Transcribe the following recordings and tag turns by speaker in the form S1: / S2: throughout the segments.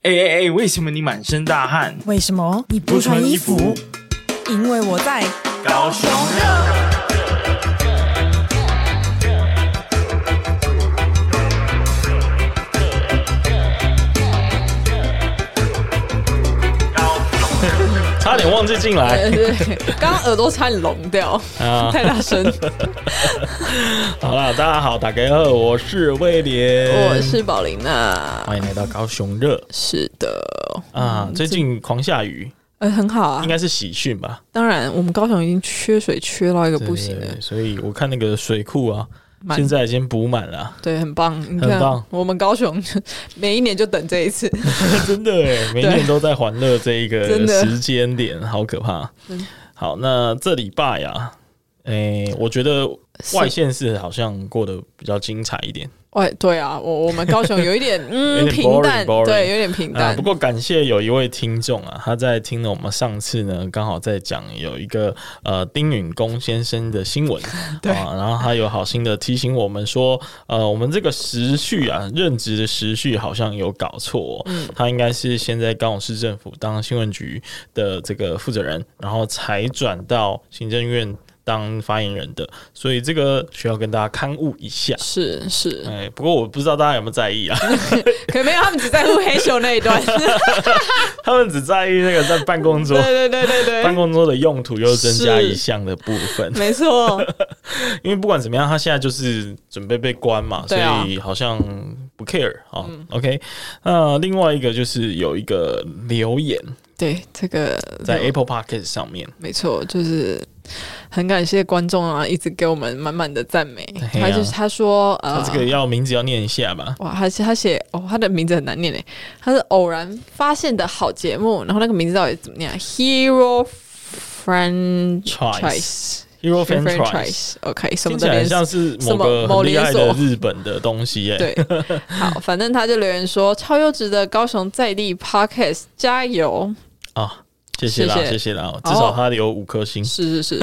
S1: 哎哎哎，为什么你满身大汗？
S2: 为什么你不穿衣服？因为我在。
S1: 高雄
S3: 差点忘记进来
S4: 对对，对刚刚耳朵差点聋掉，
S3: 啊！
S4: 太大声。
S3: 好啦，大家好，打给二，我是威廉，
S4: 我是宝琳娜，
S3: 欢迎来到高雄热
S4: 是的，
S3: 啊！最近狂下雨，
S4: 呃，很好啊
S3: 应。该是喜讯吧？
S4: 当然，我们高雄已经缺水缺到一个不行了
S3: 对，所以我看那个水库啊，
S4: 满
S3: 现在已经补满 了，
S4: 对，很棒，你看
S3: 很棒
S4: 我们高雄每一年就等这一次，
S3: 真的耶，每年都在欢乐这一个
S4: 真的
S3: 时间点，好可怕
S4: 嗯。
S3: 好，那这礼拜呀，诶，我觉得外县市好像过得比较精彩一点。
S4: 哎，对啊，我我们高雄有一点嗯
S3: 有点
S4: 平淡
S3: boring，boring
S4: 对，有点平
S3: 啊，
S4: 淡
S3: 不。过感谢有一位听众啊，他在听了我们上次呢，刚好在讲有一个呃丁允恭先生的新闻，
S4: 对
S3: 啊，然后他有好心的提醒我们说，呃，我们这个时序啊，任职的时序好像有搞错、哦，
S4: 嗯
S3: 他应该是先在高雄市政府当新闻局的这个负责人，然后才转到行政院当发言人的，所以这个需要跟大家刊物一下。
S4: 是是，
S3: 哎，不过我不知道大家有没有在意啊，
S4: 可没有，他们只在乎黑熊那一段。
S3: 他们只在意那个在办公桌
S4: 对对对对对，
S3: 办公桌的用途又增加一项的部分，
S4: 没错，
S3: 因为不管怎么样，他现在就是准备被关嘛，所
S4: 对啊嗯
S3: 以好像不 care 啊。OK，那另外一个就是有一个留言
S4: 对这个
S3: 在 Apple Podcast 上面，
S4: 没错，就是很感谢观众啊，一直给我们满满的赞美。
S3: 嘿呀
S4: 他就是他说呃
S3: 他，这个要名字要念一下吧。
S4: 哇，他他写哦，他的名字很难念诶，他是偶然发现的好节目，然后那个名字到底怎么念啊？Hero Franchise。
S3: Hero Fan t r i s
S4: franchise，OK，、什
S3: 听
S4: 么
S3: 起
S4: 的
S3: 来
S4: 连
S3: 很像
S4: 锁？
S3: 是
S4: 什
S3: 某
S4: 么
S3: 个
S4: 某
S3: 很厉害的
S4: 连锁
S3: 日本的东西耶、
S4: 对， 好，反正他就留言说超优质的高雄在地 Podcast，加油！
S3: 啊，谢谢啦，
S4: 谢谢哦
S3: 谢谢啦，至少他有五颗星。
S4: 是是 是，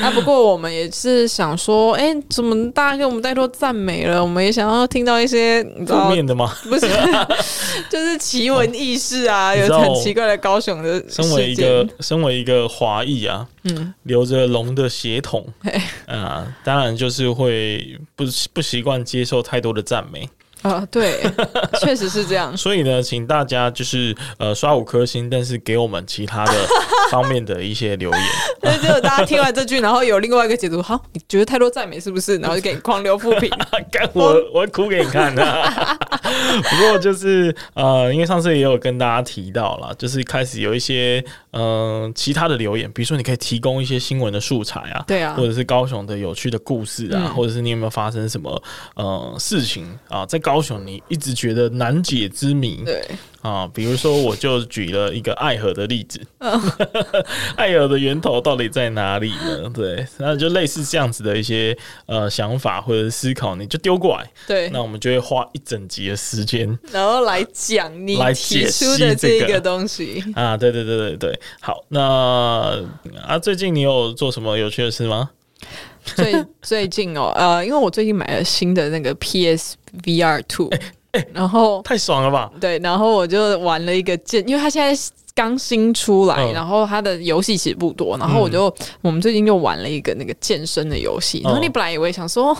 S4: 啊，不过我们也是想说，哎、怎么大家给我们太多赞美了？我们也想要听到一些你知
S3: 负
S4: 道
S3: 面的吗？
S4: 不是， 就是奇闻异事 啊，
S3: 你
S4: 有
S3: 知道
S4: 很奇怪的高雄的
S3: 身为
S4: 事
S3: 一
S4: 件
S3: 个。身为一个华裔啊，
S4: 嗯，
S3: 留着龙的血统
S4: 嘿
S3: 啊、当然就是会不不习惯接受太多的赞美，
S4: 啊，对， 确实是这样。
S3: 所以呢，请大家就是呃刷五颗星，但是给我们其他的方面的一些留言。
S4: 那就大家听完这句，然后有另外一个解读，好，你觉得太多赞美是不是？然后就给你狂 流负评。
S3: 干我我哭给你看的、 不过就是呃，因为上次也有跟大家提到了，就是开始有一些嗯、呃其他的留言，比如说你可以提供一些新闻的素材啊，
S4: 对啊
S3: 或者是高雄的有趣的故事啊，
S4: 嗯
S3: 或者是你有没有发生什么呃事情啊，在高雄你一直觉得难解之谜
S4: 对，
S3: 啊，比如说我就举了一个爱河的例子，
S4: 嗯
S3: 爱河的源头到底在哪里呢？对，那就类似这样子的一些呃想法或者是思考，你就丢过来，
S4: 对，
S3: 那我们就会花一整集的时间
S4: 然后来讲你
S3: 来
S4: 提
S3: 解
S4: 出
S3: 析
S4: 的
S3: 这
S4: 这
S3: 个
S4: 个东西。
S3: 啊。对对对对对，好，那啊，最近你有做什么有趣的事吗？
S4: 最最近哦，呃，因为我最近买了新的那个 PS VR Two，、然
S3: 哎
S4: 后
S3: 太爽了吧！
S4: 对，然后我就玩了一个剑，因为它现在刚新出来，
S3: 嗯
S4: 然后它的游戏其实不多，然后我就、我们最近就玩了一个那个健身的游戏，然后
S3: 嗯
S4: 你本来以为想说。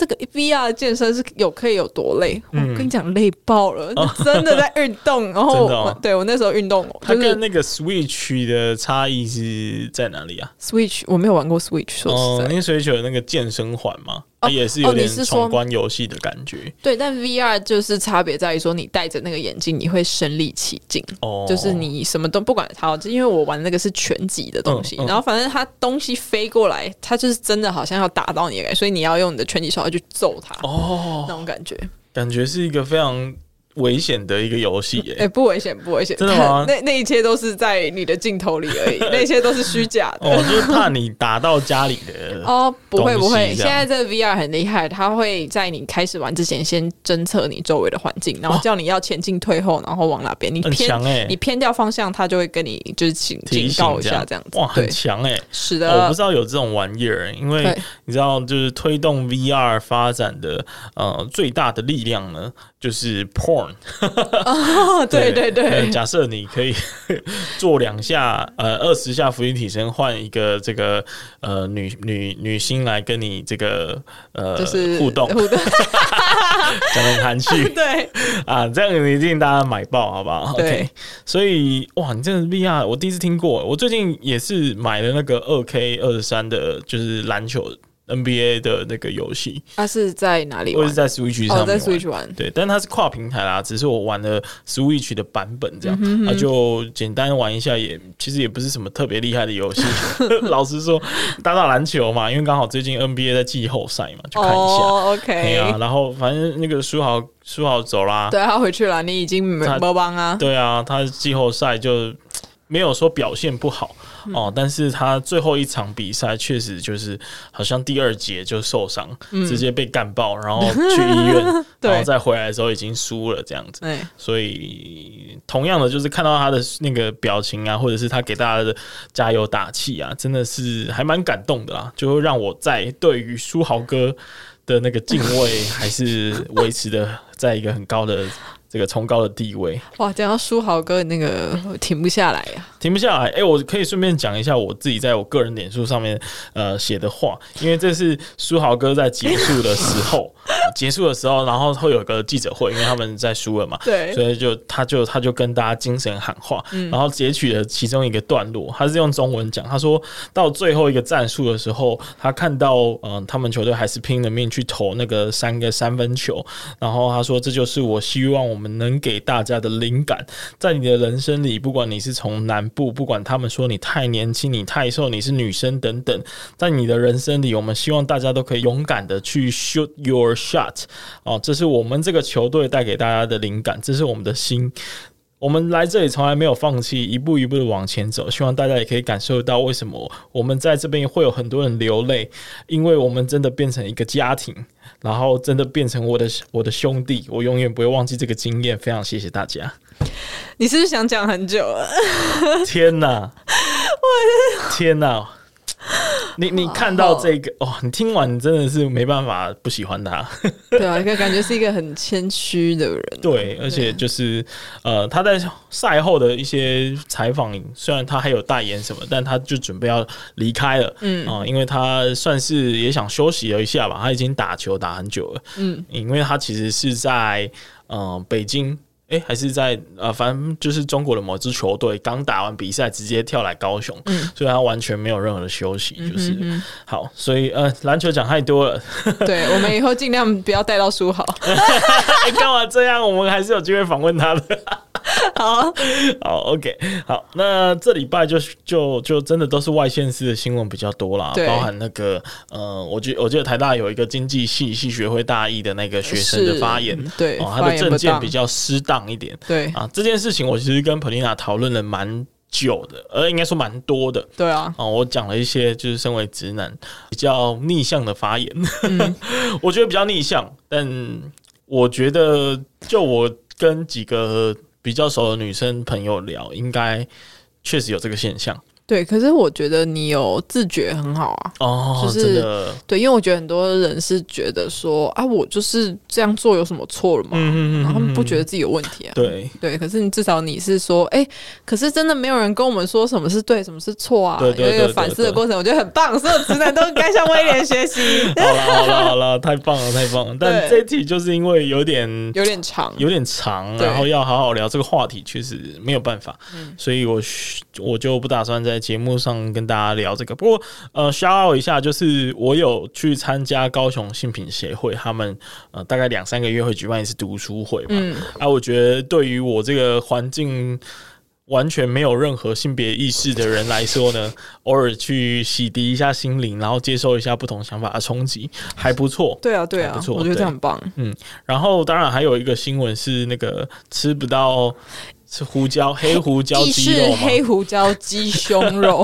S4: 这个 VR 健身是有可以有多累？哇我跟你讲，累爆了，真的在运动。然
S3: 嗯哦
S4: 后
S3: 真的哦
S4: 我对我那时候运动，
S3: 它
S4: 就是
S3: 跟那个 Switch 的差异是在哪里啊？
S4: Switch，我没有玩过 Switch，说实
S3: 哦，
S4: 在，
S3: 因为 Switch 有那个健身环嘛，它
S4: 哦
S3: 也是有
S4: 哦你
S3: 点
S4: 是说
S3: 闯关游戏的感觉。
S4: 对，但 VR 就是差别在于说，你戴着那个眼镜，你会身临其境，
S3: 哦，
S4: 就是你什么都不管它，因为我玩那个是拳击的东西，
S3: 嗯嗯
S4: 然后反正它东西飞过来，它就是真的好像要打到你的感觉，所以你要用你的拳击手要去揍它。
S3: 哦，
S4: 那种感觉，
S3: 感觉是一个非常危险的一个游戏
S4: 哎、
S3: 耶。
S4: 不危险，不危险，
S3: 真的吗
S4: 那那一切都是在你的镜头里 而已，那一切都是虚假的。
S3: 哦，就是怕你打到家里的
S4: 哦，不会
S3: 东
S4: 不
S3: 西
S4: 会，
S3: 这
S4: 现
S3: 样
S4: 在这个 VR 很厉害，它会在你开始玩之前先侦测你周围的环境，然后叫你要前进、退后，然后往哪边。你
S3: 很
S4: 偏
S3: 强哎
S4: 你偏掉方向，它就会跟你就是警
S3: 提
S4: 警
S3: 醒
S4: 告一
S3: 这
S4: 下
S3: 样
S4: 这样子。
S3: 哇，很
S4: 对，
S3: 强哎。
S4: 是
S3: 哦我
S4: 的
S3: 不，知道有这种玩意儿，因为
S4: 对
S3: 你知道，就是推动 VR 发展的呃最大的力量呢，就是 porn down，
S4: 哦， 对对
S3: 呃
S4: 对，
S3: 假设你可以 做两下，呃，二十下俯卧撑身，换一个这个呃女女女星来跟你这个呃、
S4: 就是
S3: 互动，
S4: 互 动，
S3: 讲得很含蓄
S4: 对，
S3: 啊，这样一定大家买爆，好不好
S4: 对
S3: ？OK，所以哇，你真的 VR，我第一次听过，我最近也是买了那个二 K 二十三的，就是篮球 NBA 的那个游戏，
S4: 他是在哪里
S3: 我也
S4: 玩
S3: 是？在 Switch 上面
S4: 哦，
S3: 玩
S4: 在 Switch 玩，
S3: 对，但它是跨平台啦，只是我玩了 Switch 的版本
S4: 嗯
S3: 这样，啊，就简单玩一下也，其实也不是什么特别厉害的游 戏。老实说，打打篮球嘛，因为刚好最近 NBA 在季后赛嘛，就看一下。
S4: 哦
S3: 对啊，
S4: ，OK，
S3: 然后反正那个书豪书豪走啦，
S4: 对他回去了，你已经没
S3: 他
S4: 没帮 啊，
S3: 对啊，他季后赛就没有说表现不好哦，但是他最后一场比赛确实就是好像第二节就受伤，直接被干爆，然后去医院，
S4: 对
S3: 然后再回来的时候已经输了这样子。
S4: 哎，
S3: 所以，同样的，就是看到他的那个表情啊，或者是他给大家的加油打气啊，真的是还蛮感动的啦，就会让我在对于书豪哥的那个敬畏还是维持的在一个很高的这个崇高的地位，
S4: 哇，讲到书豪哥那个我停不下来啊呀，
S3: 停不下来。哎、我可以顺便讲一下我自己在我个人脸书上面呃写的话，因为这是书豪哥在结束的时候，结束的时候，然后会有个记者会，因为他们在输了嘛，
S4: 对
S3: 所以就他就他就跟大家精神喊话，然后截取了其中一个段落，他是用中文讲，他说到最后一个战术的时候，他看到嗯、呃他们球队还是拼了命去投那个三个三分球，然后他说这就是我希望我们能给大家的灵感，在你的人生里，不管你是从南部，不管他们说你太年轻、你太瘦、你是女生等等，在你的人生里，我们希望大家都可以勇敢的去 shoot your shot，哦，这是我们这个球队带给大家的灵感，这是我们的心。我们来这里从来没有放弃，一步一步的往前走。希望大家也可以感受到为什么我们在这边会有很多人流泪，因为我们真的变成一个家庭，然后真的变成我的我的兄弟。我永远不会忘记这个经验。非常谢谢大家！
S4: 你是不是想讲很久了？
S3: 天哪！天哪！你你看到这个哦，你听完你真的是没办法不喜欢他。
S4: 对啊，感感觉是一个很谦虚的 人，
S3: 对，而且就是呃，他在赛后的一些采访，虽然他还有代言什么，但他就准备要离开了，嗯啊、因为他算是也想休息了一下吧，他已经打球打很久了，嗯，因为他其实是在呃北京。诶，还是在呃，反正就是中国的某支球队刚打完比赛，直接跳来高雄，所以他完全没有任何的休息，就是、好，所以呃，篮球讲太多了，
S4: 对我们以后尽量不要带到书豪，
S3: 哎，干嘛这样？我们还是有机会访问他的。
S4: 好，
S3: 好，OK，好，那这礼拜就就就真的都是外县市的新闻比较多啦，
S4: 对
S3: 包含那个呃，我记我记得台大有一个经济系系学会大一的那个学生的
S4: 是嗯
S3: 发言，
S4: 对
S3: 哦，，他
S4: 发
S3: 的
S4: 言
S3: 证
S4: 不
S3: 件
S4: 当
S3: 比较失当一点
S4: 对
S3: 啊。这件事情我其实跟 Polina 讨论了蛮久的，呃，应该说蛮多的。
S4: 对啊，
S3: 哦，我讲了一些就是身为直男比较逆向的发言，
S4: 嗯
S3: 我觉得比较逆向，但我觉得就我跟几个比较熟的女生朋友聊，应该确实有这个现象
S4: 对，可是我觉得你有自觉很好啊，
S3: 哦，
S4: 就是
S3: 真的，
S4: 对，因为我觉得很多人是觉得说啊，我就是这样做有什么错了嘛，
S3: 嗯嗯嗯嗯嗯
S4: 然后他们不觉得自己有问题啊。
S3: 对。
S4: 对，可是你至少你是说，哎、可是真的没有人跟我们说什么是对，什么是错啊。
S3: 对对对。
S4: 有一个反思的过程，我觉得很棒，所有直男都应该向威廉学习
S3: 好了好了好了，太棒了太棒了！但这
S4: 对
S3: 一题就是因为有点
S4: 有点长，
S3: 有点长，
S4: 对嗯
S3: 然后要好好聊这个话题，确实没有办法，所以我嘘我就不打算在节目上跟大家聊这个。不过呃，shout out 一下，就是我有去参加高雄性品协会，他们呃大概两三个月会举办一次读书会嘛，
S4: 嗯
S3: 啊，我觉得对于我这个环境。完全没有任何性别意识的人来说呢， 偶尔去洗涤一下心灵，然后接受一下不同想法的冲击，还不错。
S4: 对啊对啊，
S3: 还不错
S4: 我觉得这
S3: 对
S4: 样很棒。
S3: 然后当然还有一个新闻是那个吃不到吃胡椒黑胡椒
S4: 既
S3: 鸡
S4: 是
S3: 肉吗？
S4: 黑胡椒鸡胸肉，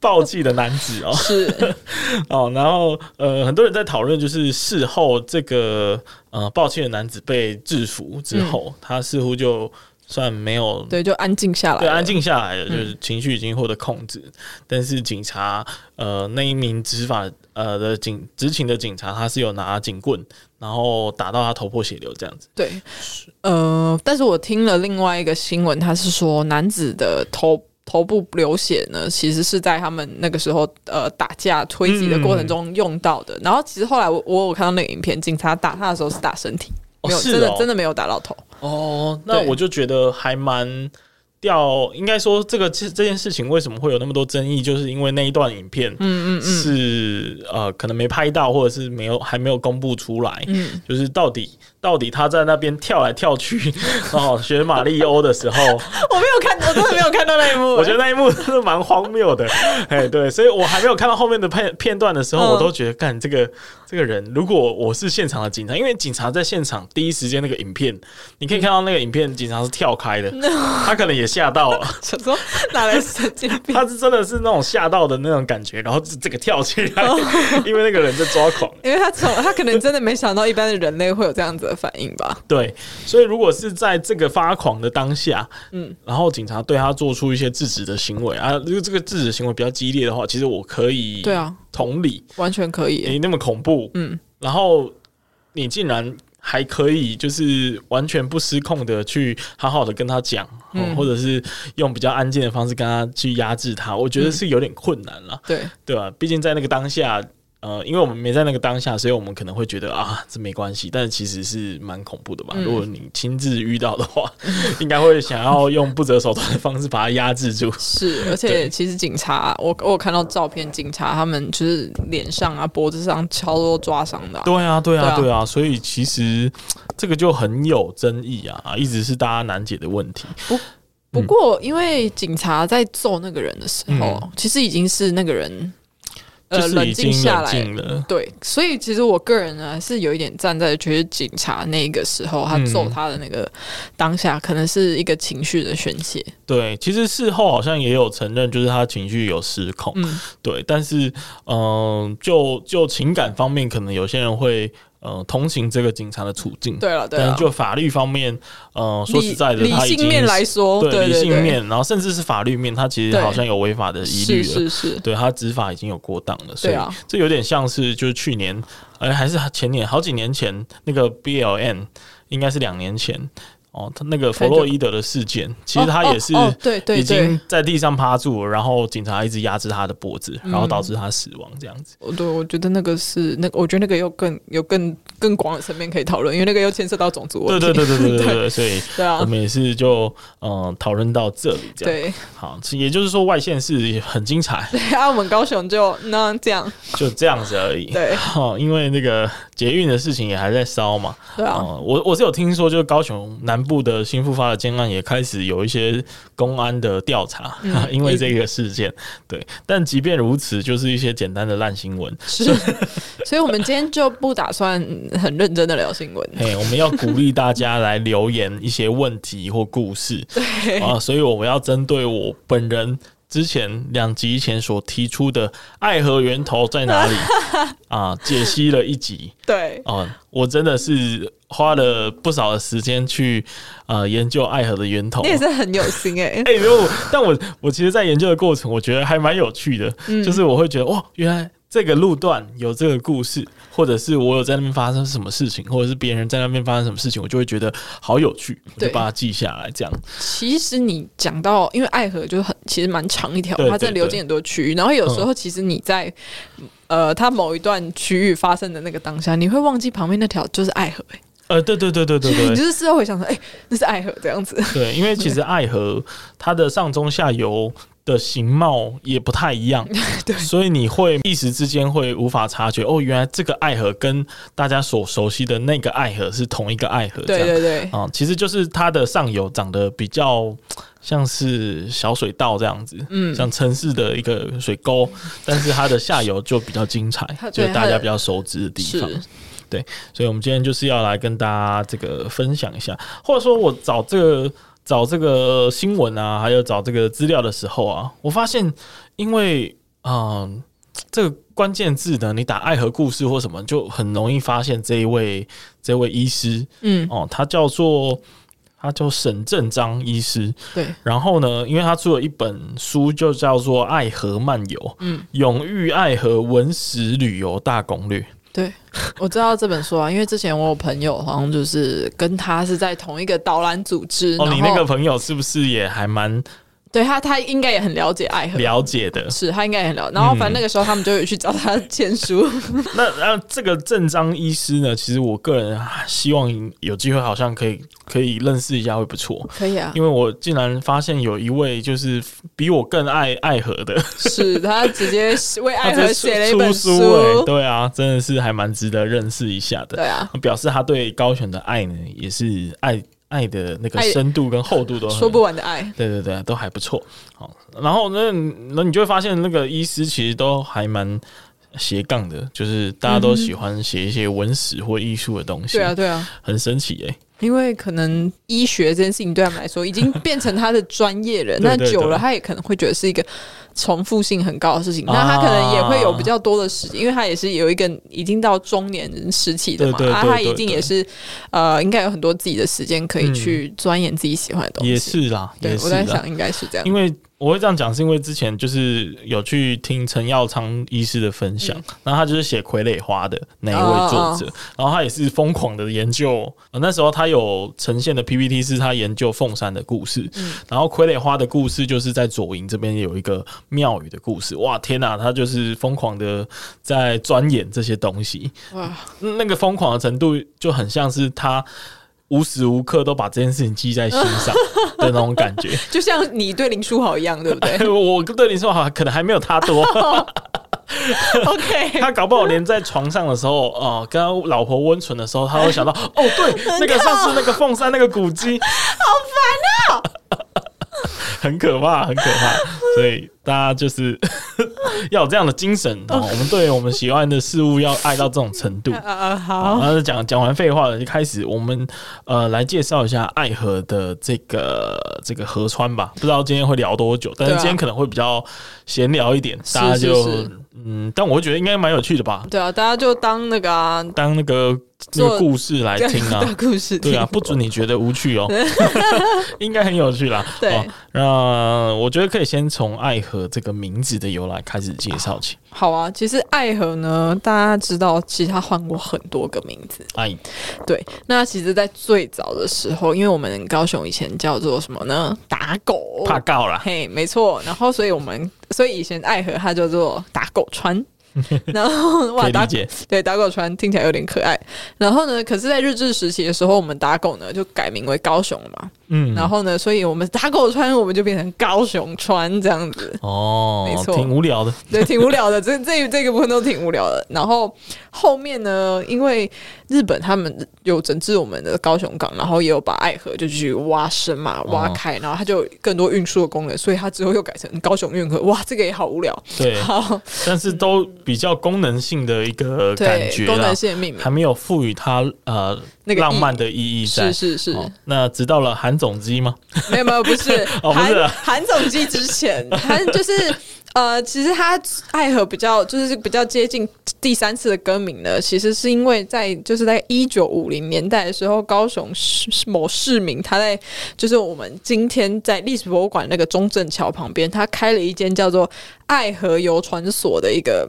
S3: 暴气的男子哦
S4: 是
S3: 哦，然后呃很多人在讨论就是事后这个呃暴气的男子被制服之后，他似乎就。算没有
S4: 嗯对，嗯就安静下来，
S3: 对，安。静下来了，就是情绪已经获得控制。但是警察，呃，那一名执法呃的警执勤的警察，他是有拿警棍，然后打到他头破血流这样子。
S4: 对，呃，但是我听了另外一个新闻，他是说男子的头头部流血呢，其实是在他们那个时候呃打架推挤的过程中用到的。然后其实后来我我有看到那个影片，警察打他的时候是打身体，
S3: 哦
S4: 没有、
S3: 是
S4: 真的
S3: 哦
S4: 真的没有打到头。
S3: 哦，那
S4: 对
S3: 我就觉得还蛮掉，应该说这个这这件事情为什么会有那么多争议，就是因为那一段影片，嗯嗯嗯，是呃可能没拍到，或者是没有还没有公布出来，嗯，就是到底到底他在那边跳来跳去， 哦，学马里欧的时候，
S4: 我没有看，我真的没有看到那一幕、
S3: 我觉得那一幕真的蛮荒谬的，哎，对，所以我还没有看到后面的片片段的时候，
S4: 嗯
S3: 我都觉得，干这个这个人，如果我是现场的警察，因为警察在现场第一时间那个影片，你可以看到那个影片，警察是跳开
S4: 嗯
S3: 的， 他可能也吓到 了，
S4: 想说哪来神经病？
S3: 他是真的是那种吓到的那种感觉，然后这个跳起来，
S4: 哦
S3: 因为那个人在抓狂。
S4: 因为他从他可能真的没想到一般的人类会有这样子的反应 吧。
S3: 对，所以如果是在这个发狂的当下，嗯，然后警察对他做出一些制止的行为啊，如果这个制止的行为比较激烈的话，其实我可以
S4: 对啊，
S3: 同理，
S4: 完全可以。
S3: 你那么恐怖，
S4: 嗯，
S3: 然后你竟然还可以就是完全不失控的去好好的跟他讲、嗯
S4: 嗯
S3: 或者是用比较安静的方式跟他去压制他，我觉得是有点困难了，
S4: 对，
S3: 对吧、毕竟在那个当下。呃，因为我们没在那个当下，所以我们可能会觉得啊，这没关系，但是其实是蛮恐怖的吧。如果你亲自遇到的话， 应该会想要用不择手段的方式把它压制住。
S4: 是，而且
S3: 对
S4: 其实警察，我我有看到照片，警察他们就是脸上啊、脖子上超多抓伤的啊、
S3: 对啊，对
S4: 对啊
S3: 啊，对啊，所以其实这个就很有争议啊，一直是大家难解的问题。
S4: 不过，因为警察在揍那个人的时候，
S3: 嗯
S4: 其实已经是那个人
S3: 就
S4: 呃
S3: 是已
S4: 静
S3: 经
S4: 下
S3: 冷
S4: 来
S3: 静了，
S4: 对，所以其实我个人呢是有一点站在觉得警察那个时候他
S3: 嗯
S4: 揍他的那个当下，可能是一个情绪的宣泄。
S3: 对，其实事后好像也有承认，就是他情绪有失控，
S4: 嗯
S3: 对，但是嗯、呃就就情感方面，可能有些人会呃同情这个警察的处境，
S4: 对了，啊对
S3: 但
S4: 了
S3: 是，就法律方面，呃，说
S4: 理
S3: 实在的，
S4: 理
S3: 他已
S4: 性
S3: 经
S4: 面来说，
S3: 对
S4: 对
S3: 理
S4: 对
S3: 性
S4: 对
S3: 面，然后甚至是法律面，他其实
S4: 对
S3: 好像有违法的疑虑
S4: 是
S3: 了，
S4: 是是，
S3: 对他执法已经有过当了，所
S4: 对
S3: 以
S4: 啊
S3: 这有点像是就是去年，哎、还是前年，好几年前那个 BLN，应该是两年前哦，他那个弗洛伊德的事件，其实他也是
S4: 哦哦哦对对
S3: 已
S4: 对
S3: 经，在地上趴住了，然后警察一直压制他的脖子，
S4: 嗯
S3: 然后导致他死亡这样子。
S4: 我对我觉得那个是那个，我觉得那个又更有更更广的层面可以讨论，因为那个又牵涉到种族
S3: 对
S4: 问题。
S3: 对对对对对对对，所以
S4: 对
S3: 我
S4: 啊，
S3: 们也是就嗯讨论到这里这样。
S4: 对
S3: 好，也就是说外线是很精彩，
S4: 对啊，我们高雄就那这样，
S3: 就这样子而已。
S4: 对
S3: 好，因为那个捷运的事情也还在烧嘛。
S4: 对啊，
S3: 哦，我我是有听说，就是高雄南部的新复发的监案也开始有一些公安的调查，
S4: 嗯
S3: 因为这个事件。对，但即便如此，就是一些简单的烂新 闻。
S4: 是，所以我们今天就不打算很认真的聊新闻。
S3: 嘿，我们要鼓励大家来留言一些问题或故事
S4: 对，
S3: 啊，所以我们要针对我本人。之前两集前所提出的爱河源头在哪 里啊？解析了一集，
S4: 对，
S3: 哦，我真的是花了不少的时间去呃研究爱河的源头。
S4: 你也是很有心哎、
S3: 哦哎、如果但我我其实，在研究的过程，我觉得还蛮有趣的，
S4: 嗯
S3: 就是我会觉得哇，原来这个路段有这个故事，或者是我有在那边发生什么事情，或者是别人在那边发生什么事情，我就会觉得好有趣，我
S4: 对
S3: 就把它记下来。这样
S4: 其实你讲到，因为爱河就是很其实蛮长一条，
S3: 对
S4: 它在
S3: 对
S4: 流
S3: 对嗯
S4: 进很多区域，然后有时候其实你在、呃它某一段区域发生的那个当下，你会忘记旁边那条就是爱河、欸，
S3: 呃，对对对对对
S4: 你
S3: 对
S4: 就是事后回想说，哎、那是爱河这样子。
S3: 对，因为其实爱河它的上中下游。的形貌也不太一样，
S4: 对
S3: 所以你会一时之间会无法察觉哦，原来这个爱河跟大家所熟悉的那个爱河是同一个爱河，这
S4: 对
S3: 样
S4: 对对，
S3: 啊、其实就是它的上游长得比较像是小水道这样子，
S4: 嗯
S3: 像城市的一个水沟，但是它的下游就比较精彩
S4: 它，
S3: 就
S4: 对
S3: 是大
S4: 它
S3: 家
S4: 的
S3: 比较熟知的地
S4: 是
S3: 方。对，所以我们今天就是要来跟大家这个分享一下，或者说我找这个找这个新闻啊，还有找这个资料的时候啊，我发现因为嗯、这个关键字呢，你打爱和故事或什么，就很容易发现这一位这位医师，
S4: 嗯，
S3: 哦，他叫做他叫沈正章医师。
S4: 对，
S3: 然后呢，因为他出了一本书，就叫做《爱河漫游》，嗯，永遇爱河文史旅游大攻略。
S4: 对，我知道这本书啊，因为之前我有朋友好像就是跟他是在同一个导览组织，
S3: 哦，
S4: 然
S3: 你那个
S4: 后
S3: 朋友是不是也还蛮
S4: 对他，他应该也很了解爱河，
S3: 了解嗯的？
S4: 是他应该也很了。然后反正那个时候他们就有去找他签书，
S3: 那那这个正章医师呢？其实我个人啊希望有机会，好像可以可以认识一下，会不错。
S4: 可以啊，
S3: 因为我竟然发现有一位就是比我更爱爱河的，
S4: 是他直接为爱
S3: 他
S4: 河
S3: 这
S4: 写了一本
S3: 出书欸对啊，真的是还蛮值得认识一下的。
S4: 对啊，
S3: 表示他对高雄的爱呢，也是爱爱的那个
S4: 爱
S3: 深度跟厚度都很
S4: 说不完的爱，
S3: 对对对，都还不错。好，然后那那你就会发现，那个医师其实都还蛮斜杠的，就是大家都喜欢写一些文史或艺术的东西，
S4: 对啊，对啊。
S3: 很神奇哎、
S4: 因为可能医学这件事情对他们来说已经变成他的专 业了，
S3: 对
S4: 那
S3: 对对
S4: 久了他也可能会觉得是一个重复性很高的事情，
S3: 啊
S4: 那他可能也会有比较多的时间，因为他也是有一个已经到中年时期的嘛，
S3: 对对对
S4: 啊，
S3: 对
S4: 他一定也是呃，应该有很多自己的时间可以
S3: 嗯
S4: 去钻研自己喜欢的东西。
S3: 也，是啦，
S4: 对
S3: 也，是
S4: 我在
S3: 啦
S4: 想。应该是这样。
S3: 因为我会这样讲，是因为之前就是有去听陈耀昌医师的分
S4: 嗯
S3: 享，然后他就是写《傀儡花》的那一位作
S4: 哦
S3: 者，然后他也是疯狂的研究、呃那时候他有呈现的 PPT 是他研究凤山的故事，
S4: 嗯
S3: 然后《傀儡花》的故事就是在左营这边有一个庙宇的故事，哇，天哪、他就是疯狂的在钻研这些东西，
S4: 哇，
S3: 那个疯狂的程度就很像是他。无时无刻都把这件事情记在心上的那种感觉，
S4: 就像你对林书豪一样，对不 对
S3: 哎我对你说好，可能还没有他多。
S4: ？OK，
S3: 他搞不好连在床上的时候，哦、跟他老婆温存的时候，他会想到，哦，对，那个上次那个凤山那个古迹，好烦哦， 很可怕，很可怕。所以大家就是 要有这样的精神哦，我们对我们喜欢的事物要爱到这种程度。
S4: 啊，
S3: 好，
S4: 好，
S3: 那就讲讲完废话了，就开始我们呃来介绍一下爱河的这个这个河川吧。不知道今天会聊多久，但是
S4: 对啊
S3: 今天可能会比较闲聊一点，
S4: 是
S3: 大家就是
S4: 是
S3: 嗯，但我觉得应该蛮有趣的吧，
S4: 对啊，大家就当那个啊，
S3: 当那个那个
S4: 做。
S3: 故事来听啊
S4: 当故事听
S3: 对啊，不准你觉得无趣 哦，应该很有趣啦。
S4: 对
S3: 哦那、我觉得可以先从爱河这个名字的由来开始介绍起。
S4: 好啊，其实爱河呢，大家知道，其实它换过很多个名字。
S3: 爱
S4: 对，那其实，在最早的时候，因为我们高雄以前叫做什么呢？打狗。
S3: 怕告啦，
S4: 嘿，没错。然后，所以我们，所以以前爱河它叫做打狗 川。然后
S3: 可
S4: 哇，
S3: 以
S4: 打
S3: 理解。
S4: 对打狗川听起来有点可爱。然后呢，可是，在日治时期的时候，我们打狗呢就改名为高雄了嘛。
S3: 嗯，
S4: 然后呢，所以我们打狗川，我们就变成高雄川这样子。
S3: 哦
S4: 没，错
S3: 挺无聊的。
S4: 对，挺无聊的。这这这个部分都挺无聊的。然后后面呢，因为日本他们有整治我们的高雄港，然后也有把爱河就去挖深嘛，挖
S3: 哦
S4: 开，然后它就有更多运输的功能，所以它之后又改成高雄运河。哇，这个也好无聊。哦
S3: 对，
S4: 好，
S3: 但是都比较功能性的一个感觉
S4: 对，功
S3: 啦
S4: 能，性的命名
S3: 还没有赋予它呃
S4: 那个意义
S3: 浪漫的意义在。
S4: 是是是，
S3: 哦那直到了韩总机吗？
S4: 没有没有，不是
S3: 哦不是啊
S4: 韩韩总机之前， 韩就是呃，其实他爱河比较就是比较接近第三次的更名呢，其实是因为在就是在一九五零年代的时候，高雄市某市民他在就是我们今天在历史博物馆那个中正桥旁边，他开了一间叫做爱河游船所的一个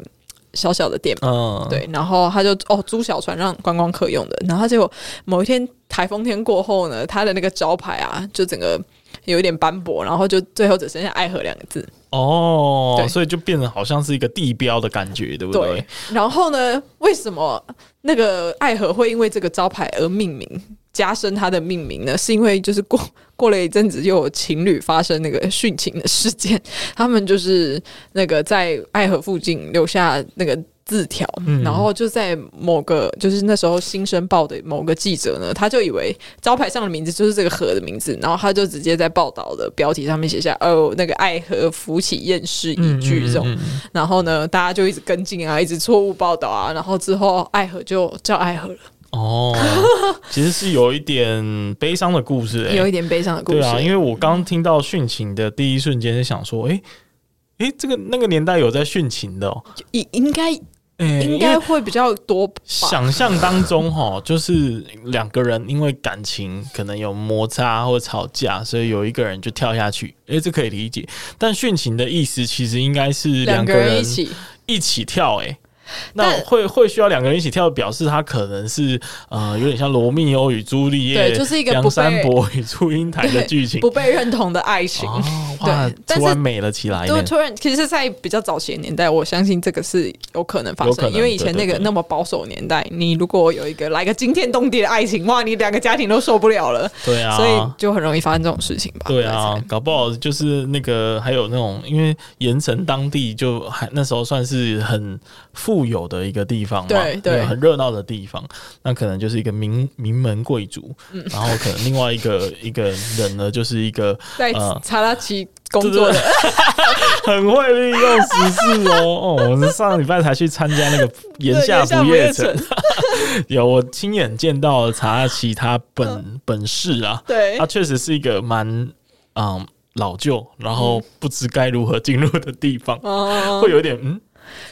S4: 小小的店嘛
S3: 嗯，，
S4: 对，然后他就哦租小船让观光客用的，然后他哦结果某一天台风天过后呢，他的那个招牌啊，就整个有一点斑驳，然后就最后只剩下“爱河”两个字。
S3: 哦，
S4: 对
S3: 所以就变成好像是一个地标的感觉，对不
S4: 对
S3: 对？，
S4: 然后呢，为什么那个爱河会因为这个招牌而命名？加深它的命名呢，是因为就是过过了一阵子，又有情侣发生那个殉情的事件，他们就是那个在爱河附近留下那个字条，
S3: 嗯
S4: 然后就在某个就是那时候《新生报》的某个记者呢，他就以为招牌上的名字就是这个河的名字，然后他就直接在报道的标题上面写下“哦，那个爱河浮起厌世一句”这种，
S3: 嗯嗯嗯
S4: 然后呢，大家就一直跟进啊，一直错误报道啊，然后之后爱河就叫爱河了，
S3: 哦，其实是有一点悲伤的故事、欸，
S4: 有一点悲伤的故事。
S3: 对啊，因为我刚听到殉情的第一瞬间是想说，诶诶，这个那个年代有在殉情的、哦，
S4: 应应该
S3: 诶
S4: 应
S3: 因
S4: 该
S3: 为
S4: 会比较多吧。
S3: 想象当中 哈，就是两个人因为感情可能有摩擦或吵架，所以有一个人就跳下去，诶、这可以理解。但殉情的意思其实应该是
S4: 两
S3: 个
S4: 个
S3: 人
S4: 人一起，
S3: 一起跳、诶。那
S4: 但
S3: 会会需要两个人一起跳，表示他可能是呃，有点像罗密欧与朱丽叶，
S4: 对就是一个不
S3: 梁
S4: 被
S3: 山伯与祝英台的剧情
S4: 不。被认同的爱情。
S3: 哦，哇
S4: 对，但是
S3: 突然美了起来
S4: 就
S3: 呢。
S4: 突然，其实，在比较早期的年代，我相信这个是有可能发
S3: 有可
S4: 生，
S3: 能
S4: 因为以前那
S3: 对
S4: 个
S3: 对对
S4: 那么保守的年代，你如果有一个来个惊天动地的爱情，哇，你两个家庭都受不了了，
S3: 对啊，
S4: 所以就很容易发生这种事情吧。
S3: 对
S4: 我
S3: 啊
S4: 在猜，，
S3: 搞不好就是那个还有那种，因为盐城当地就还那时候算是很富有的一个地方嘛，
S4: 对对
S3: 那个很热闹的地方。那可能就是一个名名门贵族，然后可能另外一个一个人呢，就是一个
S4: 在
S3: 呃
S4: 查拉奇工作的，
S3: 很会利用时事哦。哦，我们上礼拜才去参加那个 炎夏
S4: 对
S3: 不
S4: 夜
S3: 夜城，有我亲眼见到查其他本本市啊，
S4: 嗯对
S3: 它确实是一个蛮嗯老旧，然后不知该如何进入的地方，
S4: 嗯哦，
S3: 会有一点嗯，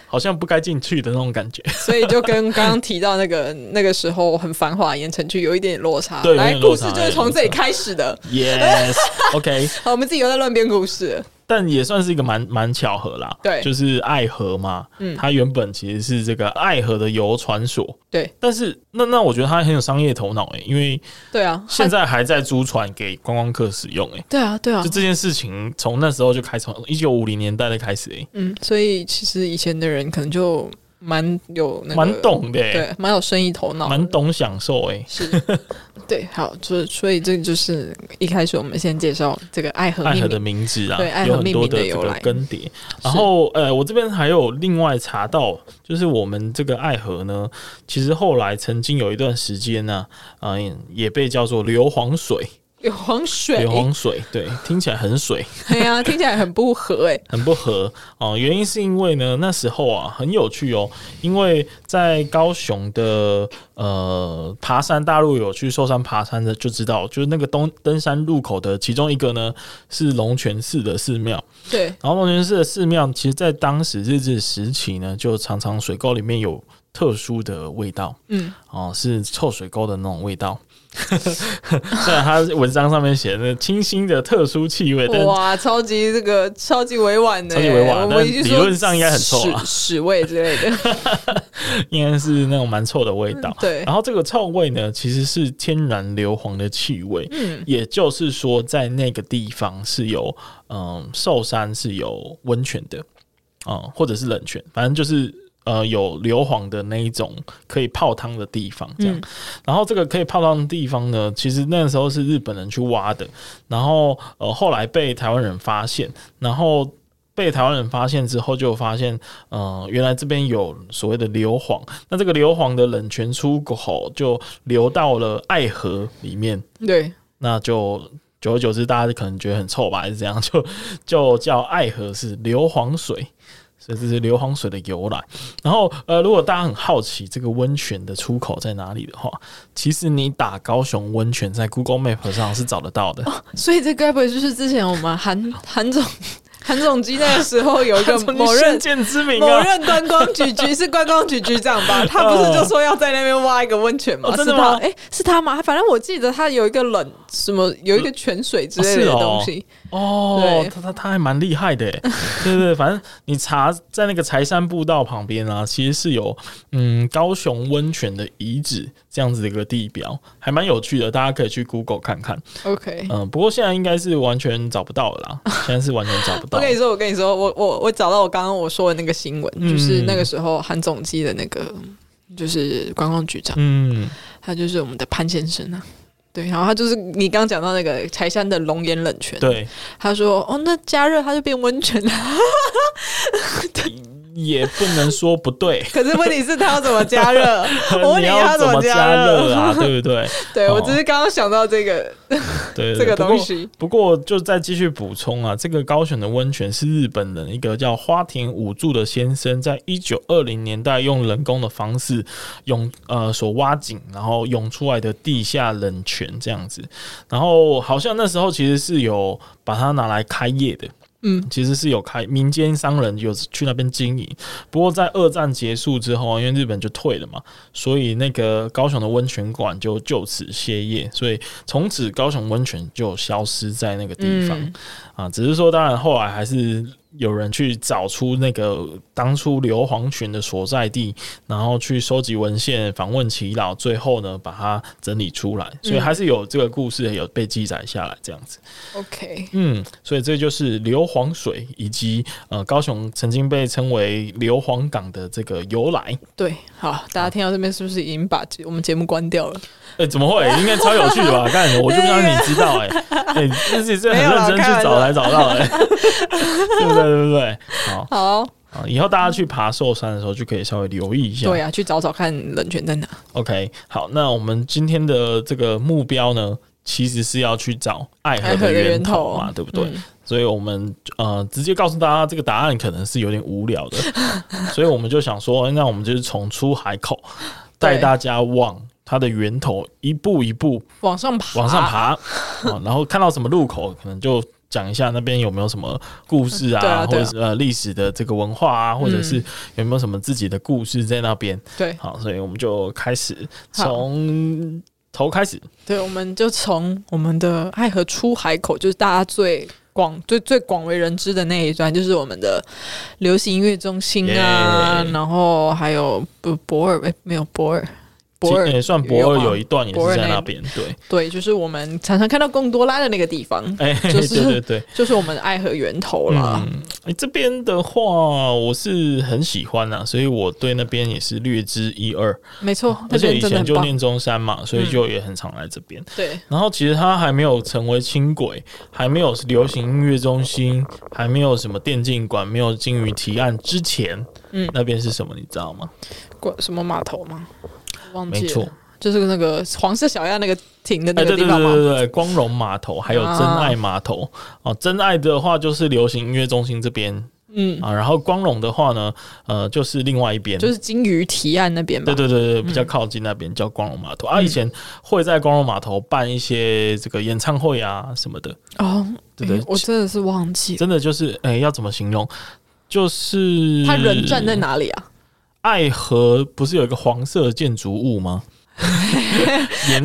S3: 好像不该进去的那种 感觉。
S4: 所以就跟刚刚提到那个那个时候很繁华的盐城区有一点落差。
S3: 对有
S4: 来，
S3: 点落
S4: 故
S3: 差
S4: 事就是从这里开始的。
S3: Yes，OK，、
S4: 好，我们自己又在乱编故事了。
S3: 但也算是一个蛮蛮巧合啦。
S4: 对
S3: 就是爱河嘛，嗯，它原本其实是这个爱河的游船所，
S4: 对
S3: 但是那那我觉得它很有商业头脑诶、因为
S4: 对啊，
S3: 现
S4: 在
S3: 在还在租船给观光客使用欸诶、
S4: 对啊对啊
S3: 就，这件事情从那时候就开始，从一九五零年代的开始、欸，
S4: 嗯，所以其实以前的人可能就蛮有那个，
S3: 蛮懂的、欸，
S4: 对，哦蛮有生意头脑，
S3: 蛮懂享受欸诶、
S4: 是，对，好，所以所以这就是一开始我们先介绍这个爱河
S3: 爱
S4: 命
S3: 河
S4: 名
S3: 的名字啊，
S4: 对爱河
S3: 有很多
S4: 命名的
S3: 这
S4: 由
S3: 个
S4: 来
S3: 更迭。然后呃，我这边还有另外查到，就是我们这个爱河呢，其实后来曾经有一段时间呢、啊，嗯、也被叫做硫磺水，
S4: 有黄水
S3: 硫，磺水，对，听起来很水，
S4: 对啊，听起来很不合哎、
S3: 很不合哦、原因是因为呢，那时候啊很有趣哦，因为在高雄的呃爬山，大陆有去寿山爬山的就知道，就是那个东登山入口的其中一个呢是龙泉寺的寺庙。
S4: 对，
S3: 然后龙泉寺的寺庙，其实在当时日治时期呢，就常常水沟里面有特殊的味道
S4: 嗯，
S3: 哦，是臭水沟的那种味道。 虽然他文章上面写的那清新的特殊气味，但
S4: 哇，超级这个超级委婉的、
S3: 超
S4: 欸，
S3: 级委婉
S4: 我
S3: 但
S4: 们已经
S3: 理
S4: 说
S3: 论上应该很臭啊
S4: 屎屎味之类 的，
S3: 应该是那种蛮臭的味道。
S4: 嗯对
S3: 然后这个臭味呢，其实是天然硫磺的气味。
S4: 嗯，
S3: 也就是说，在那个地方是有，嗯，寿山是有温泉的，啊、或者是冷泉，反正就是呃有硫磺的那一种可以泡汤的地方，这样。
S4: 嗯
S3: 然后这个可以泡汤的地方呢，其实那时候是日本人去挖的，然后呃后来被台湾人发现，然后。被台湾人发现之后，就发现，呃，原来这边有所谓的硫磺，那这个硫磺的冷泉出口就流到了爱河里面，
S4: 对，
S3: 那就久而久之，大家可能觉得很臭吧，还是怎样， 就就叫爱河是硫磺水，所以这是硫磺水的由来。然后呃，如果大家很好奇这个温泉的出口在哪里的话，其实你打高雄温泉在 Google Map 上是找得到的。
S4: 所以这该不会就是之前我们韩韩总 韩总机那个时候 有一个
S3: 从你
S4: 某任
S3: 先见之 明
S4: 某
S3: 啊，
S4: 任观光 局局是观光局局长吧？他不是就说要在那边挖一个温泉吗？
S3: 嗯哦真
S4: 是
S3: 的
S4: 他
S3: 吗
S4: 哎、是他吗？反正我记得他有一个冷什么，有一个泉水之类
S3: 是
S4: 的
S3: 哦
S4: 东西。
S3: 哦
S4: 对，
S3: 他他他还蛮厉害的 耶，对对对，反正你查在那个柴山步道旁边啊，其实是有嗯高雄温泉的遗址这样子的一个地标，还蛮有趣的，大家可以去 Google 看看。
S4: OK，、
S3: 嗯，不过现在应该是完全找不到了 啦，现在是完全找不
S4: 我
S3: 到。
S4: 跟你说，我跟你说，我我我找到我刚刚我说的那个新闻，
S3: 嗯
S4: 就是那个时候韩总机的那个就是观光局长，
S3: 嗯，
S4: 他就是我们的潘先生啊。对，然后他就是你刚刚讲到那个柴山的龙岩冷泉，
S3: 对，
S4: 他说哦，那加热它就变温泉了。
S3: 也不能说不 对。
S4: 可是问题是，他要怎么加 热？我问
S3: 你
S4: 他
S3: 要怎
S4: 么
S3: 么加
S4: 热
S3: 热 啊？对不对？
S4: 对，
S3: 哦
S4: 我只是刚刚想到这个
S3: 对
S4: 这个东。
S3: 对对
S4: 西，
S3: 不过不过就再继续补充啊，这个高雄的温泉是日本人一个叫花田武助的先生，在一九二零年代用人工的方式涌呃所挖井，然后涌出来的地下冷泉这样子。然后好像那时候其实是有把它拿来开业的。
S4: 嗯
S3: 其实是有开民间商人有去那边经营，不过在二战结束之后，因为日本就退了嘛，所以那个高雄的温泉馆就就此歇业，所以从此高雄温泉就消失在那个地方、
S4: 嗯
S3: 啊。只是说，当然后来还是有人去找出那个当初硫磺群的所在地，然后去收集文献、访问耆老，最后呢把它整理出来，
S4: 嗯
S3: 所以还是有这个故事有被记载下来这样子。
S4: ，OK，
S3: 嗯，所以这就是硫磺水以及呃高雄曾经被称为硫磺港的这个由来。
S4: 对，好，大家听到这边是不是已经把我们节目关掉了？
S3: 哎、怎么会？应该超有趣的 吧？干，我就不让你知道哎、哎、这是这很
S4: 没有啦
S3: 认真
S4: 开玩
S3: 去找
S4: 笑
S3: 才找到哎、 对不对？对不对？好
S4: 好，
S3: 啊，以后大家去爬寿山的时候就可以稍微留意一下。
S4: 对啊，去找找看冷泉在哪。
S3: OK，好，那我们今天的这个目标呢，其实是要去找爱河
S4: 爱河
S3: 的
S4: 的
S3: 源
S4: 源
S3: 头
S4: 头
S3: 嘛，对不对？
S4: 嗯
S3: 所以我们呃直接告诉大家这个答案可能是有点无聊 的，所以我们就想说，哎那我们就是从出海口带
S4: 对
S3: 大家往它的源头一步一步
S4: 往上爬，
S3: 往上。爬，啊然后看到什么路口，可能就讲一下那边有没有什么故事啊，
S4: 对啊
S3: 或
S4: 对啊嗯
S3: 者是呃历史的这个文化啊，或者是有没有什么自己的故事在那边。
S4: 对
S3: 好，所以我们就开始
S4: 好
S3: 从头开始。
S4: 对，我们就从我们的爱河出海口，就是大家最广、最最广为人知的那一段，就是我们的流行音乐中心啊
S3: Yeah
S4: 然后还有不博尔，哎、没有博尔，博
S3: 其
S4: 尔、
S3: 也算博尔
S4: 有
S3: 有
S4: 吗
S3: 一段也
S4: 博
S3: 是
S4: 尔
S3: 在
S4: 那
S3: 那边，对，
S4: 对，就是我们常常看到贡多拉的那个地方，
S3: 哎、
S4: 就
S3: 对对
S4: 是
S3: 对，
S4: 就是我们的爱河源头 啦。
S3: 嗯，哎这边的话我是很喜欢啊，所以我对那边也是略知一二，
S4: 没错，
S3: 而
S4: 那
S3: 且以
S4: 边真的
S3: 前
S4: 很
S3: 就
S4: 棒。嗯
S3: 念中山嘛，所以就也很常来这边。
S4: 对，
S3: 然后其实它还没有成为轻轨，还没有流行音乐中心，还没有什么电竞馆，没有金鱼提案之前，
S4: 嗯
S3: 那边是什么你知道吗？
S4: 过什么码头吗？忘记
S3: 没
S4: 了，
S3: 错，
S4: 就是那个黄色小鸭那个停的
S3: 哎，
S4: 那
S3: 对
S4: 个
S3: 对
S4: 地
S3: 对
S4: 方吗？啊
S3: 对对，光荣码头还有真爱码头哦、真爱的话就是流行音乐中心这边
S4: 嗯，
S3: 啊，然后光荣的话呢，呃，就是另外一边，
S4: 就是嗯金鱼提案那边吧。
S3: 对对对对，比较靠近那边叫光荣码
S4: 嗯
S3: 头啊，以前会在光荣码头办一些这个演唱会啊什么的，
S4: 哦，
S3: 对对
S4: 诶我真的是忘记了
S3: 真的就是哎、要怎么形容？就是
S4: 他人站在哪里啊？
S3: 爱河不是有一个黄色建筑物 吗？沿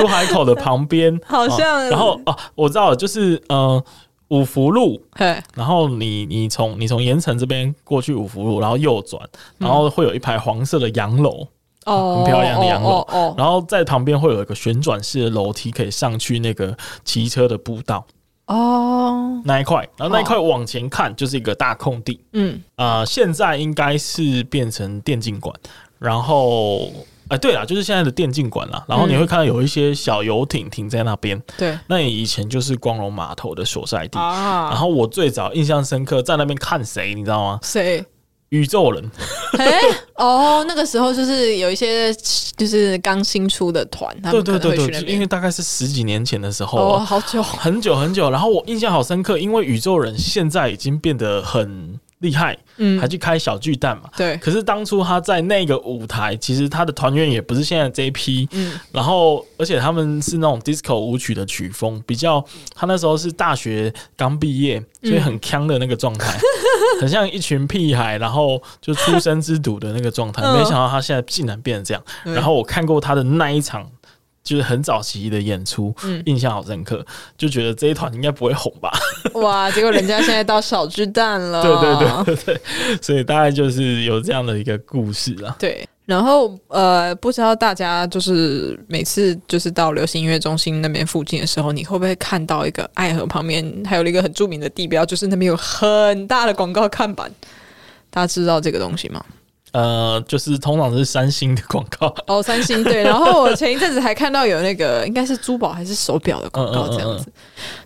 S3: 出海口的旁边，
S4: 好像
S3: 啊然后哦、我知道了，就是呃五福路，
S4: 嘿，
S3: 然后你你从你从盐城这边过去五福路，然后右转，然后会有一排黄色的洋楼，
S4: 哦，
S3: 很漂亮的洋楼
S4: 哦哦
S3: 然后在旁边会有一个旋转式的楼梯，可以上去那个骑车的步道
S4: 哦哦，
S3: 那一块，然后那一块往前看就是一个大空地，
S4: 嗯，
S3: 啊，现在应该是变成电竞馆，然后。哎，对了，就是现在的电竞馆啦。然后你会看到有一些小游艇停在那边，
S4: 对
S3: 那也以前就是光荣码头的所在地。然
S4: 啊，
S3: 后我最早印象深刻，在那边看谁，你知道吗？
S4: 谁？
S3: 宇宙人，
S4: 哎，哦，那个时候就是有一些就是刚新出的团，他
S3: 对
S4: 们
S3: 对
S4: 可能
S3: 对
S4: 会
S3: 对，
S4: 去那
S3: 就
S4: 边
S3: 因为大概是十几年前的时候
S4: 哦，
S3: 了，
S4: 好 久，
S3: 很久很久。然后我印象好深刻，因为宇宙人现在已经变得很厉害，
S4: 嗯
S3: 还，去开小巨蛋嘛。
S4: 对，
S3: 可是当初他在那个舞台，其实他的团员也不是现在这一批，
S4: 嗯
S3: 然后而且他们是那种 disco 舞曲的曲风，比较他那时候是大学刚毕业，所以很腔的那个状 态，很像一群屁孩，然后就出生之犊的那个状态。
S4: 嗯
S3: 没想到他现在竟然变成这样。
S4: 对
S3: 然后我看过他的那一场。就是很早期的演出，
S4: 嗯
S3: 印象好深刻，就觉得这一团应该不会红吧，
S4: 哇，结果人家现在到小巨蛋了，
S3: 对
S4: 哦
S3: 对对对对，所以大概就是有这样的一个故事啊。
S4: 对，然后呃，不知道大家就是每次就是到流行音乐中心那边附近的时候，你会不会看到一个爱河旁边还有一个很著名的地标，就是那边有很大的广告看板？大家知道这个东西吗？
S3: 呃，就是通常是三星的广告，
S4: 哦，三星对。然后我前一阵子还看到有那个应该是珠宝还是手表的广告
S3: 嗯嗯嗯
S4: 这样子。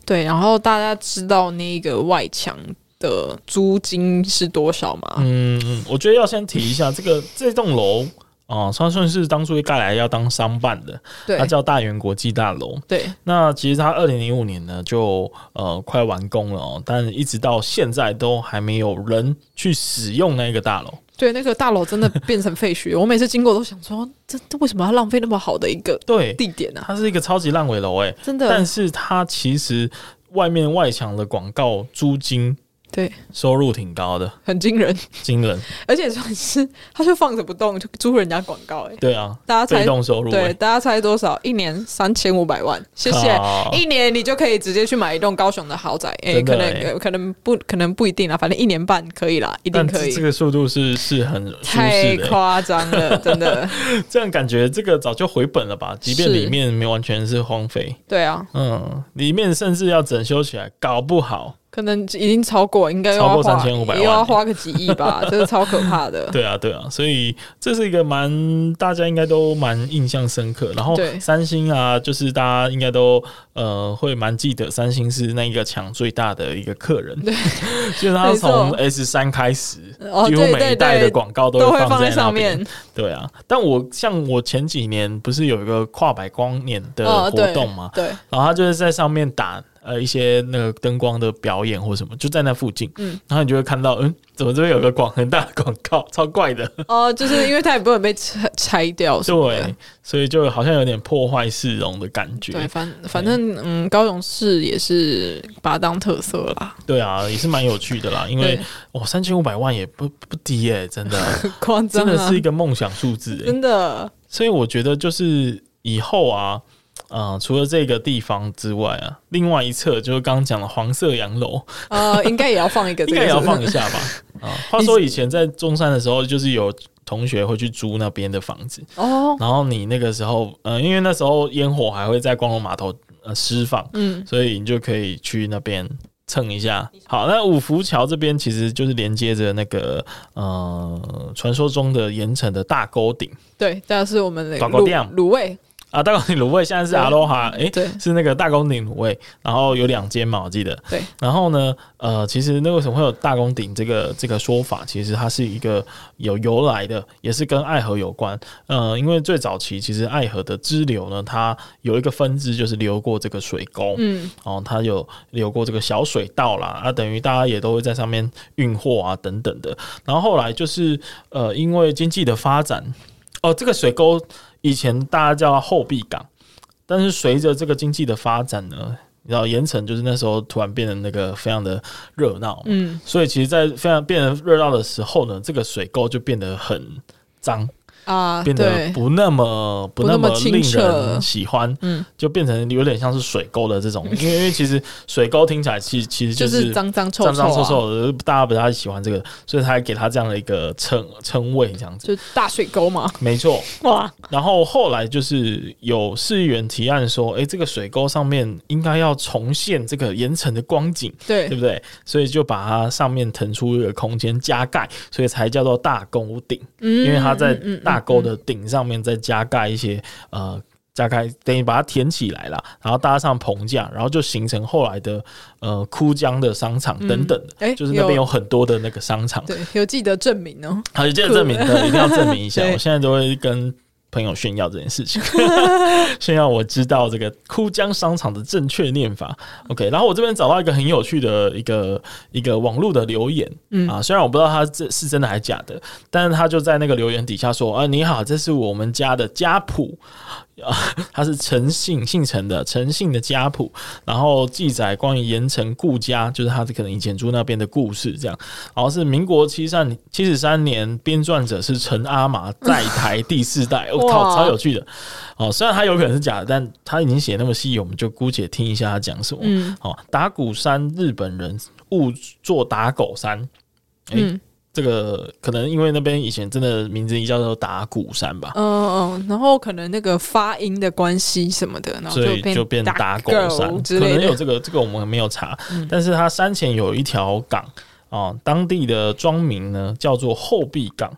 S4: 对，然后大家知道那个外墙的租金是多少吗？
S3: 嗯，嗯我觉得要先提一下这个这栋楼啊，它算是当初盖来要当商办的，
S4: 对
S3: 它叫大元国际大楼。
S4: 对，
S3: 那其实它二零零五年呢就呃快完工了哦，但一直到现在都还没有人去使用那个大楼。
S4: 对，那个大楼真的变成废墟，我每次经过都想说，这这为什么要浪费那么好的一个
S3: 对，
S4: 地点呢、啊？
S3: 它是一个超级烂尾楼哎、
S4: 真的，
S3: 但是它其实外面外墙的广告租金
S4: 对，
S3: 收入挺高的，
S4: 很惊人，
S3: 惊人。
S4: 而且算是他就放着不动，就租人家广告、欸，
S3: 对啊，
S4: 大家猜
S3: 被动收入、
S4: 对，
S3: 欸，
S4: 大家猜多少？一年三千五百万，谢谢
S3: 靠。
S4: 一年你就可以直接去买一栋高雄的豪宅，哎、
S3: 真的
S4: 可能、
S3: 欸
S4: 可能不可能不一定啦，啊反正一年半可以啦，一定
S3: 但
S4: 可
S3: 这
S4: 以。
S3: 这个速度是是很舒
S4: 太
S3: 适的欸、
S4: 夸张了，真的。
S3: 这样感觉这个早就回本了吧？即便
S4: 是
S3: 里面没完全是荒废，
S4: 对啊，
S3: 嗯，里面甚至要整修起来，搞不好，
S4: 可能已经超过，应该又要
S3: 超
S4: 花
S3: 过3500万
S4: 又要花个几亿吧，这是超可怕的。
S3: 对啊，对啊，所以这是一个蛮大家应该都蛮印象深刻。然后
S4: 对
S3: 三星啊，就是大家应该都呃会蛮记得，三星是那一个墙最大的一个客人，对， 就是他
S4: 没错
S3: 从 S 三开始，
S4: 哦，
S3: 几乎
S4: 对
S3: 每
S4: 对
S3: 一代的
S4: 对，
S3: 广告
S4: 都
S3: 会
S4: 放
S3: 在那
S4: 上
S3: 边
S4: 面。。
S3: 对啊，但我像我前几年不是有一个跨百光年的
S4: 嗯，
S3: 活
S4: 对
S3: 动嘛，
S4: 对，
S3: 然后他就是在上面打呃一些那个灯光的表演或什么，就在那附近，
S4: 嗯
S3: 然后你就会看到，嗯，怎么这边有个广很大的广告，超怪 的，
S4: 哦，就是因为它也不能被拆拆掉什么的，
S3: 对，所以就好像有点破坏市容的感觉，
S4: 对，反反正嗯，高雄市也是把它当特色啦，
S3: 对啊，也是蛮有趣的啦，因为
S4: 对
S3: 哇，三千五百万也不不低耶、真 的，
S4: 很夸张、
S3: 真
S4: 啊，
S3: 的是一个梦想数字、欸，
S4: 真的
S3: 所以我觉得就是以后啊，呃，除了这个地方之外啊，另外一侧就是刚刚讲的黄色洋楼，
S4: 呃，应该也要放一个这
S3: 应
S4: 个，
S3: 该也要放一
S4: 是
S3: 下吧？啊，话说以前在中山的时候，就是有同学会去租那边的房子，
S4: 不是哦，
S3: 然后你那个时候，呃，因为那时候烟火还会在光荣码头呃释放，
S4: 嗯，
S3: 所以你就可以去那边。蹭一下，好，那五福桥这边其实就是连接着那个呃，传说中的盐城的大沟顶
S4: 对，这是我们的
S3: 广告
S4: 卤
S3: 店
S4: 卤味，
S3: 啊，大沟顶卤味现在是
S4: 对
S3: 阿罗哈，诶，
S4: 对，
S3: 是那个大公鼎卤味，然后有两间嘛，我记得。
S4: 对。
S3: 然后呢，呃，其实那为什么会有大公鼎这个这个说法？其实它是一个有由来的，也是跟爱河有关。呃，因为最早期其实爱河的支流呢，它有一个分支就是流过这个水沟，
S4: 嗯，
S3: 哦，它有流过这个小水道啦，啊，等于大家也都会在上面运货啊等等的。然后后来就是呃，因为经济的发展，哦，这个水沟以前大家叫它后壁港，但是随着这个经济的发展呢，你知道盐城就是那时候突然变得那个非常的热闹，
S4: 嗯，
S3: 所以其实，在非常变得热闹的时候呢，这个水沟就变得很脏，
S4: 啊，
S3: 变得
S4: 对，
S3: 不那么不
S4: 不
S3: 那
S4: 那么
S3: 么令
S4: 清澈
S3: 人喜欢，
S4: 嗯，
S3: 就变成有点像是水沟的这种，因为因为其实水沟听起来其其实
S4: 就是是脏脏臭
S3: 脏脏臭
S4: 啊，
S3: 臭的，大家不太喜欢这个，所以才给他这样的一个称称谓这样子。
S4: 就大水沟嘛，
S3: 没错，
S4: 哇，
S3: 然后后来就是有市议员提案说，诶，这个水沟上面应该要重现这个盐城的光景，对
S4: 对，
S3: 不对？所以就把它上面腾出一个空间加盖，所以才叫做大沟顶。
S4: 嗯
S3: 因为它在
S4: 嗯嗯嗯
S3: 大沟的顶上面再加盖一些呃。加盖等于把它填起来了，然后搭上棚架，然后就形成后来的呃枯江的商场等等的，
S4: 嗯诶
S3: 就是那边有很多的那个商场。
S4: 对，有记得证明哦，
S3: 好，记得证明的，一定要证明一下。
S4: 对
S3: 我现在都会跟朋友炫耀这件事 情，炫耀我知道这个枯江商场的正确念法。OK，然后我这边找到一个很有趣的一个一个网络的留言，
S4: 嗯
S3: 啊，虽然我不知道他这是真的还是假的，但是他就在那个留言底下说：“啊，你好，这是我们家的家谱。” 啊，他是陈姓姓陈的陈姓的家谱，然后记载关于盐城顾家，就是他可能以前住那边的故事这样。然后是民国七三七十三年，编撰者是陈阿玛在台第四 代，我、靠，
S4: 哇
S3: 超有趣的。哦，虽然他有可能是假的，但他已经写那么细，我们就姑且听一下他讲什么。
S4: 嗯
S3: 哦，打鼓山日本人误做打狗山，诶
S4: 嗯
S3: 这个可能因为那边以前真的名字叫做打鼓山吧
S4: 嗯，嗯，然后可能那个发音的关系什么的，然后
S3: 所以就变
S4: 哦变
S3: 打狗山，
S4: 之
S3: 可
S4: 类
S3: 能有
S4: 的，
S3: 这个这个我们没有查，但是它山前有一条港哦，当地的庄名呢叫做后壁港，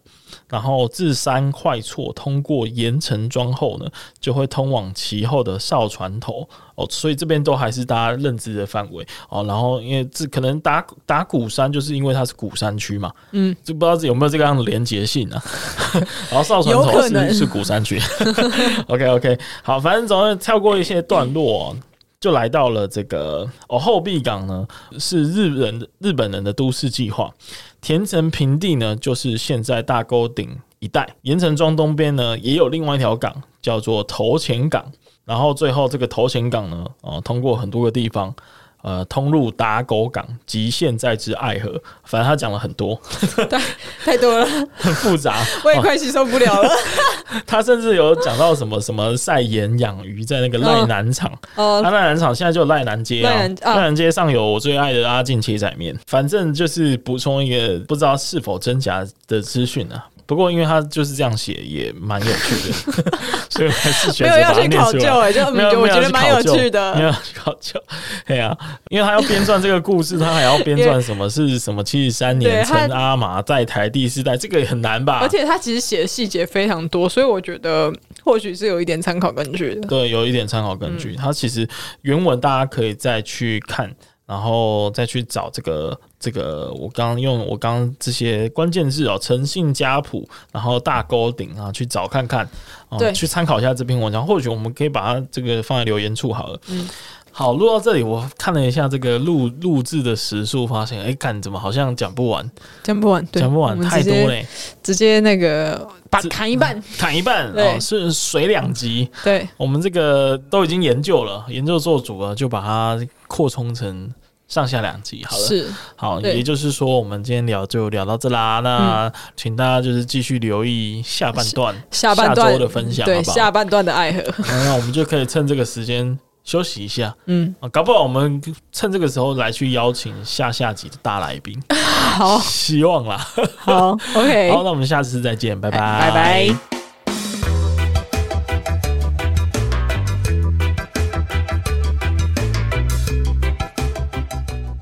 S3: 然后自山快错通过盐城庄后呢，就会通往其后的哨船头哦，所以这边都还是大家认知的范围哦。然后因为这可能打打鼓山，就是因为它是鼓山区嘛，
S4: 嗯，
S3: 就不知道这有没有这个样的连结性啊。 然后哨船
S4: 有
S3: 头
S4: 可能
S3: 是是鼓山区 ，OK OK，好，反正总之跳过一些段落、哦。就来到了这个哦，后壁港呢是日人日本人的都市计划，田城平地呢就是现在大沟顶一带，盐城庄东边呢也有另外一条港叫做头前港，然后最后这个头前港呢，哦，通过很多个地方，呃通入打狗港及现在之爱河，反正他讲了很多，
S4: 太 多了，
S3: 很复 杂。
S4: 我也快吸收不了了。
S3: 他甚至有讲到什么什么晒盐养鱼，在那个赖南场，啊
S4: 哦、
S3: 他赖南场现在就有赖南街啊，
S4: 嗯赖
S3: 赖
S4: 南啊
S3: 南街上有我最爱的阿进切仔面。反正就是补充一个不知道是否真假的资讯啊。不过因为他就是这样写，也蛮有趣的， 所以我还是选
S4: 没
S3: 择
S4: 有要
S3: 把它
S4: 去
S3: 念
S4: 考
S3: 出来
S4: 究哎、就嗯
S3: 没有，
S4: 我
S3: 没有
S4: 觉得
S3: 去
S4: 蛮
S3: 考
S4: 有
S3: 究
S4: 趣
S3: 没
S4: 的。
S3: 有去考究，哎呀、因为他要编撰这个故事，他还要编撰什么是什么七十三
S4: 对
S3: 年
S4: 他
S3: 陈阿玛在台第四代，这个也很难吧？
S4: 而且他其实写的细节非常多，所以我觉得或许是有一点参考根据的。
S3: 对，有一点参考根
S4: 嗯
S3: 据。它其实原文大家可以再去看，然后再去找这个这个。我刚刚用我刚刚这些关键字哦，诚信家谱，然后大沟顶啊，去找看看，哦、
S4: 对
S3: 去参考一下这篇文章。或许我们可以把它这个放在留言处好了。嗯。好，录到这里，我看了一下这个录录制的时数，发现哎，看怎么好像讲不完，
S4: 讲不完，对
S3: 讲不
S4: 我
S3: 完，
S4: 们
S3: 太
S4: 直
S3: 多
S4: 接
S3: 嘞，嗯
S4: 直接那个把砍一半。
S3: 砍一半
S4: 对
S3: 哦，是水两集。
S4: 对，
S3: 我们这个都已经研究了，研究做足了，就把它扩充成上下两集好了。
S4: 是
S3: 好，
S4: 对嗯
S3: 也就是说，我们今天聊就聊到这啦。那请大家就是继续留意下半段、
S4: 下半段
S3: 周的分享，好
S4: 对
S3: 不好？
S4: 下半段的爱河，
S3: 那我们就可以趁这个时间休息一下。
S4: 嗯，
S3: 啊，搞不好我们趁这个时候来去邀请下下集的大来宾，
S4: 好
S3: 希望啦。
S4: 好，OK，
S3: 好，那我们下次再见，拜拜，
S4: 拜拜。